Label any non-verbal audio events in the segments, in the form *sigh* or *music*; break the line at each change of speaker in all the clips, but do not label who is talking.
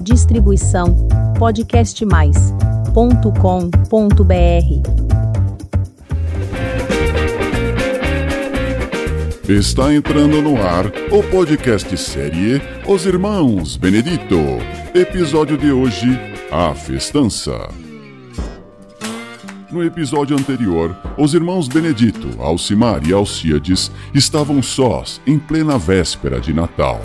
Distribuição podcastmais.com.br.
Está entrando no ar o podcast série Os Irmãos Benedito. Episódio de hoje: A Festança. No episódio anterior, os irmãos Benedito, Alcimar e Alcíades estavam sós em plena véspera de Natal.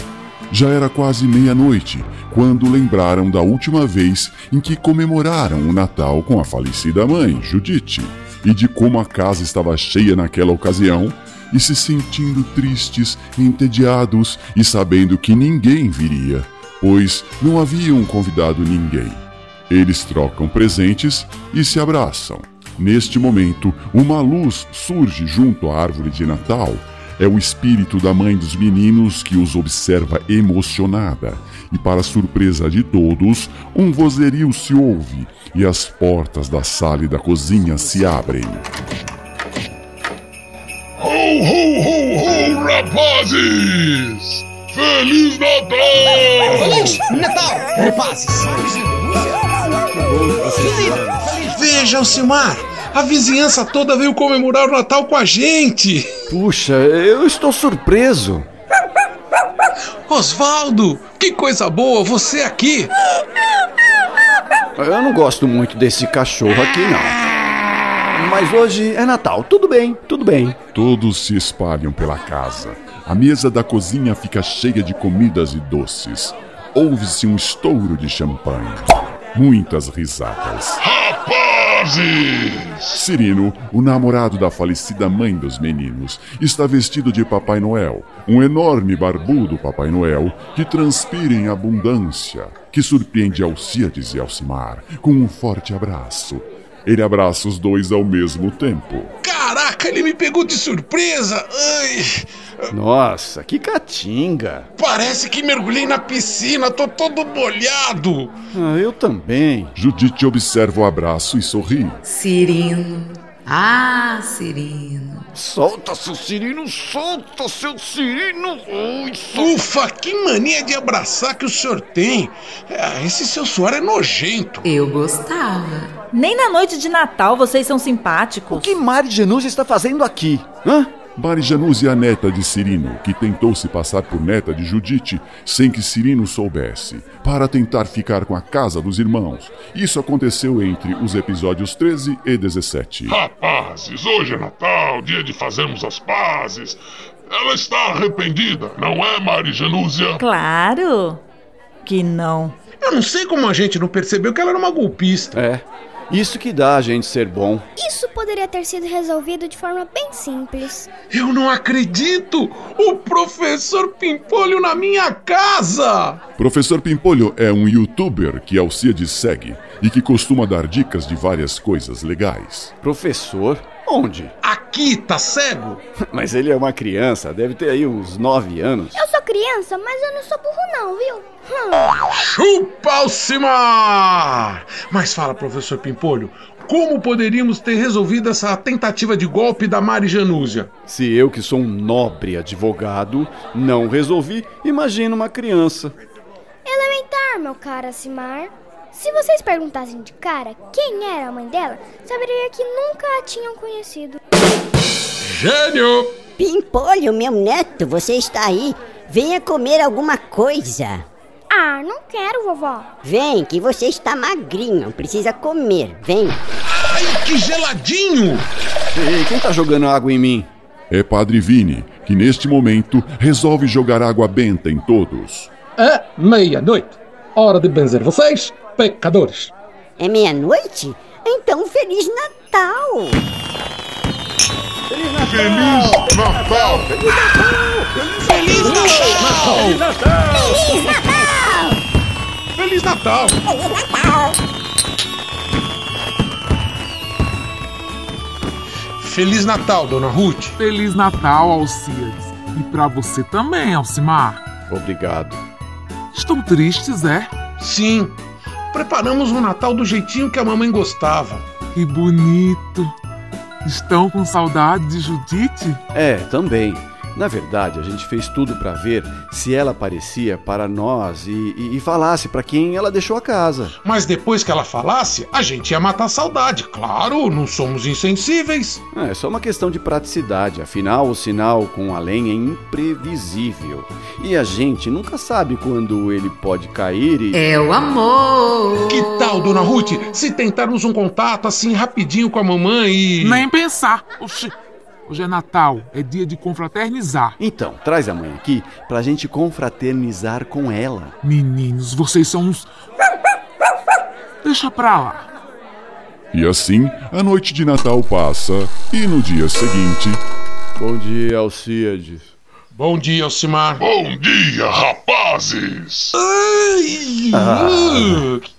Já era quase meia-noite quando lembraram da última vez em que comemoraram o Natal com a falecida mãe, Judite, e de como a casa estava cheia naquela ocasião, e se sentindo tristes, entediados e sabendo que ninguém viria, pois não haviam convidado ninguém. Eles trocam presentes e se abraçam. Neste momento, uma luz surge junto à árvore de Natal é o espírito da mãe dos meninos que os observa emocionada. E, para surpresa de todos, um vozerio se ouve e as portas da sala e da cozinha se abrem.
Ho, ho, ho, ho, rapazes! Feliz Natal!
Feliz Natal, rapazes!
Veja, Alcimar! A vizinhança toda veio comemorar o Natal com a gente!
Puxa, eu estou surpreso.
Osvaldo, que coisa boa você aqui!
Eu não gosto muito desse cachorro aqui, não. Mas hoje é Natal. Tudo bem, tudo bem.
Todos se espalham pela casa. A mesa da cozinha fica cheia de comidas e doces. Ouve-se um estouro de champanhe. Muitas risadas.
Rapazes!
Cirino, o namorado da falecida mãe dos meninos, está vestido de Papai Noel, um enorme barbudo Papai Noel que transpira em abundância, que surpreende Alcíades e Alcimar com um forte abraço. Ele abraça os dois ao mesmo tempo.
Caraca, ele me pegou de surpresa! Ai,
Nossa, que catinga.
parece que mergulhei na piscina, tô todo molhado!
Ah, eu também.
Judite observa o abraço e sorri.
Cirino. Ah, Cirino.
Solta, seu Cirino, solta, seu Cirino. Ui,
Ufa, que mania de abraçar que o senhor tem! Ah, Esse seu suor é nojento!
Eu gostava.
Nem na noite de Natal vocês são simpáticos.
O que Mari Genus está fazendo aqui? Hã?
Mari Januzzi é a neta de Cirino, que tentou se passar por neta de Judite sem que Cirino soubesse, para tentar ficar com a casa dos irmãos. Isso aconteceu entre os episódios 13 e 17.
Rapazes, hoje é Natal, dia de fazermos as pazes. Ela está arrependida, não é, Mari Janúzia?
Claro que não.
Eu não sei como a gente não percebeu que ela era uma golpista.
É. Isso que dá a gente ser bom.
Isso poderia ter sido resolvido de forma bem simples.
Eu não acredito! O professor Pimpolho na minha casa!
Professor Pimpolho é um youtuber que Alcides segue e que costuma dar dicas de várias coisas legais.
Professor? Onde? *laughs*
Aqui, tá cego?
Mas ele é uma criança, deve ter aí uns 9 anos.
Eu sou criança, mas eu não sou burro não, viu? Hum.
Chupa Alcimar! Mas fala, professor Pimpolho, como poderíamos ter resolvido essa tentativa de golpe da Mari Janúzia?
Se eu, que sou um nobre advogado, não resolvi, imagina uma criança.
Elementar, meu cara Simar. Se vocês perguntassem de cara quem era a mãe dela, saberia que nunca a tinham conhecido.
Gênio!
Pimpolho, meu neto, você está aí? Venha comer alguma coisa.
Ah, não quero, vovó.
Vem, que você está magrinho, precisa comer. Vem.
Ai, que geladinho!
Ei, quem tá jogando água em mim?
É Padre Vini, que neste momento resolve jogar água benta em todos.
É meia-noite. Hora de benzer vocês, pecadores.
É meia-noite? Então, Feliz Natal!
Feliz Natal!
Feliz Natal! Feliz Natal, dona Ruth!
Feliz Natal, Alcides. E pra você também, Alcimar.
Obrigado.
Estão tristes, é?
Sim, preparamos o Natal do jeitinho que a mamãe gostava.
Que bonito. Estão com saudade de Judite?
É, também. Na verdade, a gente fez tudo para ver se ela aparecia para nós e, e- e falasse para quem ela deixou a casa.
Mas depois que ela falasse, a gente ia matar a saudade. Claro, não somos insensíveis.
É só uma questão de praticidade, afinal o sinal com além é imprevisível. E a gente nunca sabe quando ele pode cair e.
É o amor.
Que tal, dona Ruth, se tentarmos um contato assim rapidinho com a mamãe e.
Nem pensar. Oxi. Hoje é Natal, é dia de confraternizar.
Então, traz a mãe aqui pra gente confraternizar com ela.
Meninos, vocês são uns. Deixa pra lá.
E assim, a noite de Natal passa e no dia seguinte.
Bom dia, Alcides.
Bom dia, Alcimar.
Bom dia, rapazes!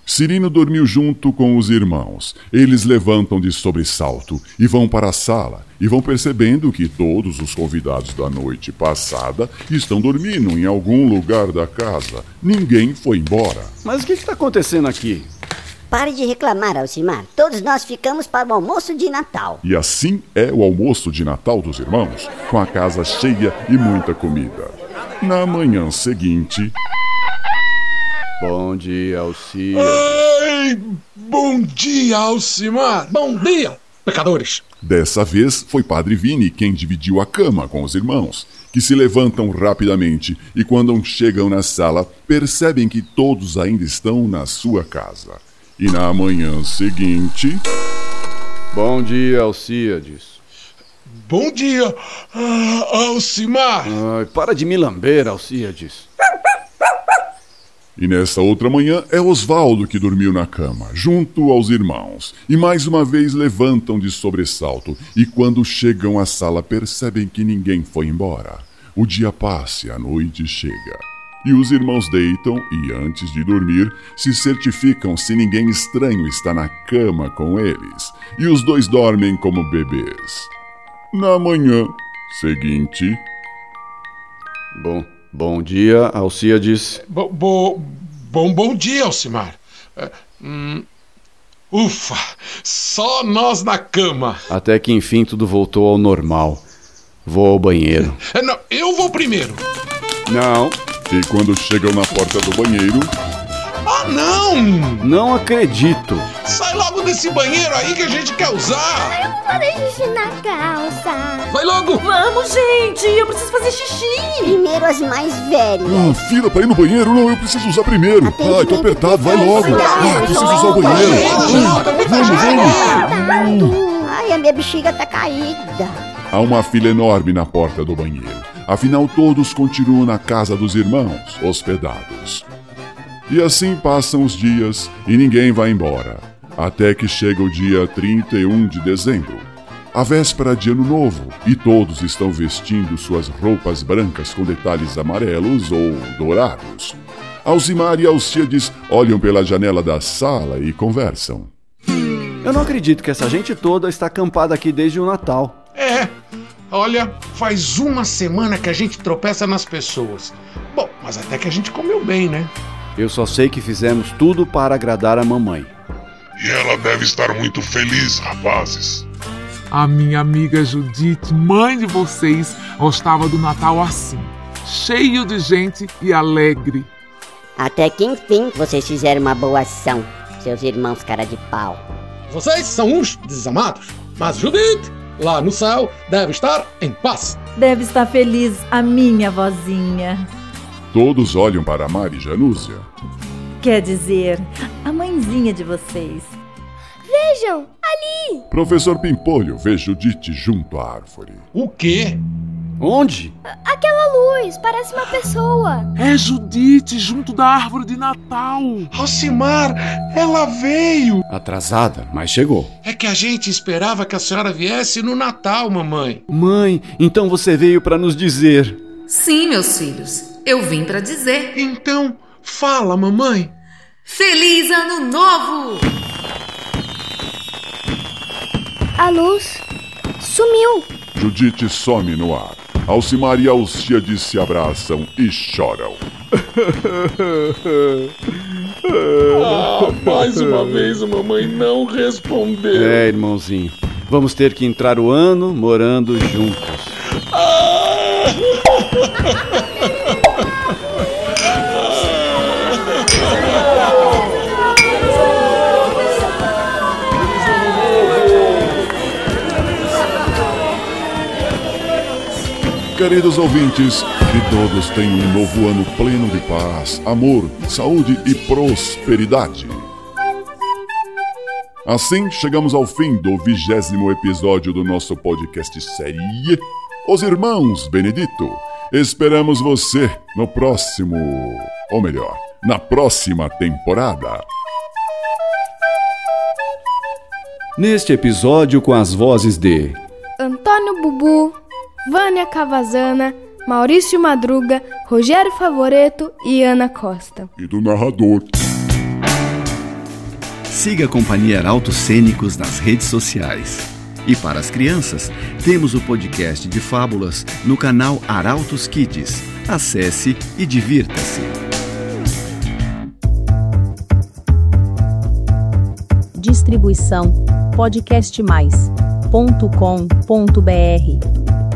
Cirino dormiu junto com os irmãos. Eles levantam de sobressalto e vão para a sala e vão percebendo que todos os convidados da noite passada estão dormindo em algum lugar da casa. Ninguém foi embora.
Mas o que está acontecendo aqui?
Pare de reclamar, Alcimar. Todos nós ficamos para o almoço de Natal.
E assim é o almoço de Natal dos irmãos, com a casa cheia e muita comida. Na manhã seguinte,
Bom dia, Alcides.
Ei, bom dia, Alcimar. Bom dia, pecadores.
dessa vez foi Padre Vini quem dividiu a cama com os irmãos, que se levantam rapidamente e quando chegam na sala percebem que todos ainda estão na sua casa. E na manhã seguinte,
Bom dia, Alcides.
Bom dia, ah, Alcimar.
Ai, para de me lamber, Alcides.
e nessa outra manhã é Osvaldo que dormiu na cama, junto aos irmãos, e mais uma vez levantam de sobressalto, e quando chegam à sala percebem que ninguém foi embora. O dia passa e a noite chega. E os irmãos deitam e, antes de dormir, se certificam se ninguém estranho está na cama com eles. E os dois dormem como bebês. Na manhã seguinte,
Bom, bom dia, Alcides.
Bo- bo- bom, bom dia, Alcimar. É, hum, ufa, só nós na cama.
Até que enfim tudo voltou ao normal. Vou ao banheiro.
É, não, eu vou primeiro.
Não,
e quando chegam na porta do banheiro,
Ah, não!
não acredito.
Sai logo desse banheiro aí que a gente quer usar.
Eu vou fazer xixi na calça.
Vai logo!
Vamos, gente! Eu preciso fazer xixi!
Primeiro as mais velhas.
Ah, fila pra ir no banheiro? Não, eu preciso usar primeiro. Ai, tô apertado, vai logo. Ah, eu preciso usar o banheiro.
Tá muita
tá?
gente.
Coitado. Ai, a minha bexiga tá caída.
Há uma fila enorme na porta do banheiro. Afinal, todos continuam na casa dos irmãos, hospedados. E assim passam os dias e ninguém vai embora. Até que chega o dia 31 de dezembro, a véspera de Ano Novo, e todos estão vestindo suas roupas brancas com detalhes amarelos ou dourados. Alzimar e Alcides olham pela janela da sala e conversam.
Eu não acredito que essa gente toda está acampada aqui desde o Natal.
É, olha, faz uma semana que a gente tropeça nas pessoas. Bom, mas até que a gente comeu bem, né?
Eu só sei que fizemos tudo para agradar a mamãe.
E ela deve estar muito feliz, rapazes.
A minha amiga Judite, mãe de vocês, gostava do Natal assim cheio de gente e alegre.
Até que enfim vocês fizeram uma boa ação, seus irmãos cara de pau.
Vocês são uns desamados, mas Judite, lá no céu, deve estar em paz.
Deve estar feliz a minha vozinha.
Todos olham para Mari Janúzia.
Quer dizer, a mãezinha de vocês.
Vejam, ali.
Professor Pimpolho vê Judite junto à árvore.
O quê?
Onde?
Aquela luz, parece uma pessoa.
É Judite junto da árvore de Natal.
Alcimar, ela veio!
Atrasada, mas chegou.
É que a gente esperava que a senhora viesse no Natal, mamãe.
Mãe, então você veio para nos dizer.
Sim, meus filhos, eu vim pra dizer:
Então, fala, mamãe.
Feliz Ano Novo!
A luz sumiu.
Judite some no ar. Alcimar e Alcíades se abraçam e choram.
Mais uma vez a mamãe não
*laughs*
respondeu.
É, irmãozinho. Vamos ter que entrar o ano morando juntos.
queridos ouvintes, que todos tenham um novo ano pleno de paz, amor, saúde e prosperidade. Assim, chegamos ao fim do vigésimo episódio do nosso podcast série Os Irmãos Benedito. Esperamos você no próximo, ou melhor, na próxima temporada.
Neste episódio, com as vozes de
Antônio Bubu, Vânia Cavazana, Maurício Madruga, Rogério Favoreto e Ana Costa.
E do narrador.
Siga a Companhia Arautos Cênicos nas redes sociais. E para as crianças, temos o podcast de fábulas no canal Arautos Kids. Acesse e divirta-se.
Distribuição podcastmais.com.br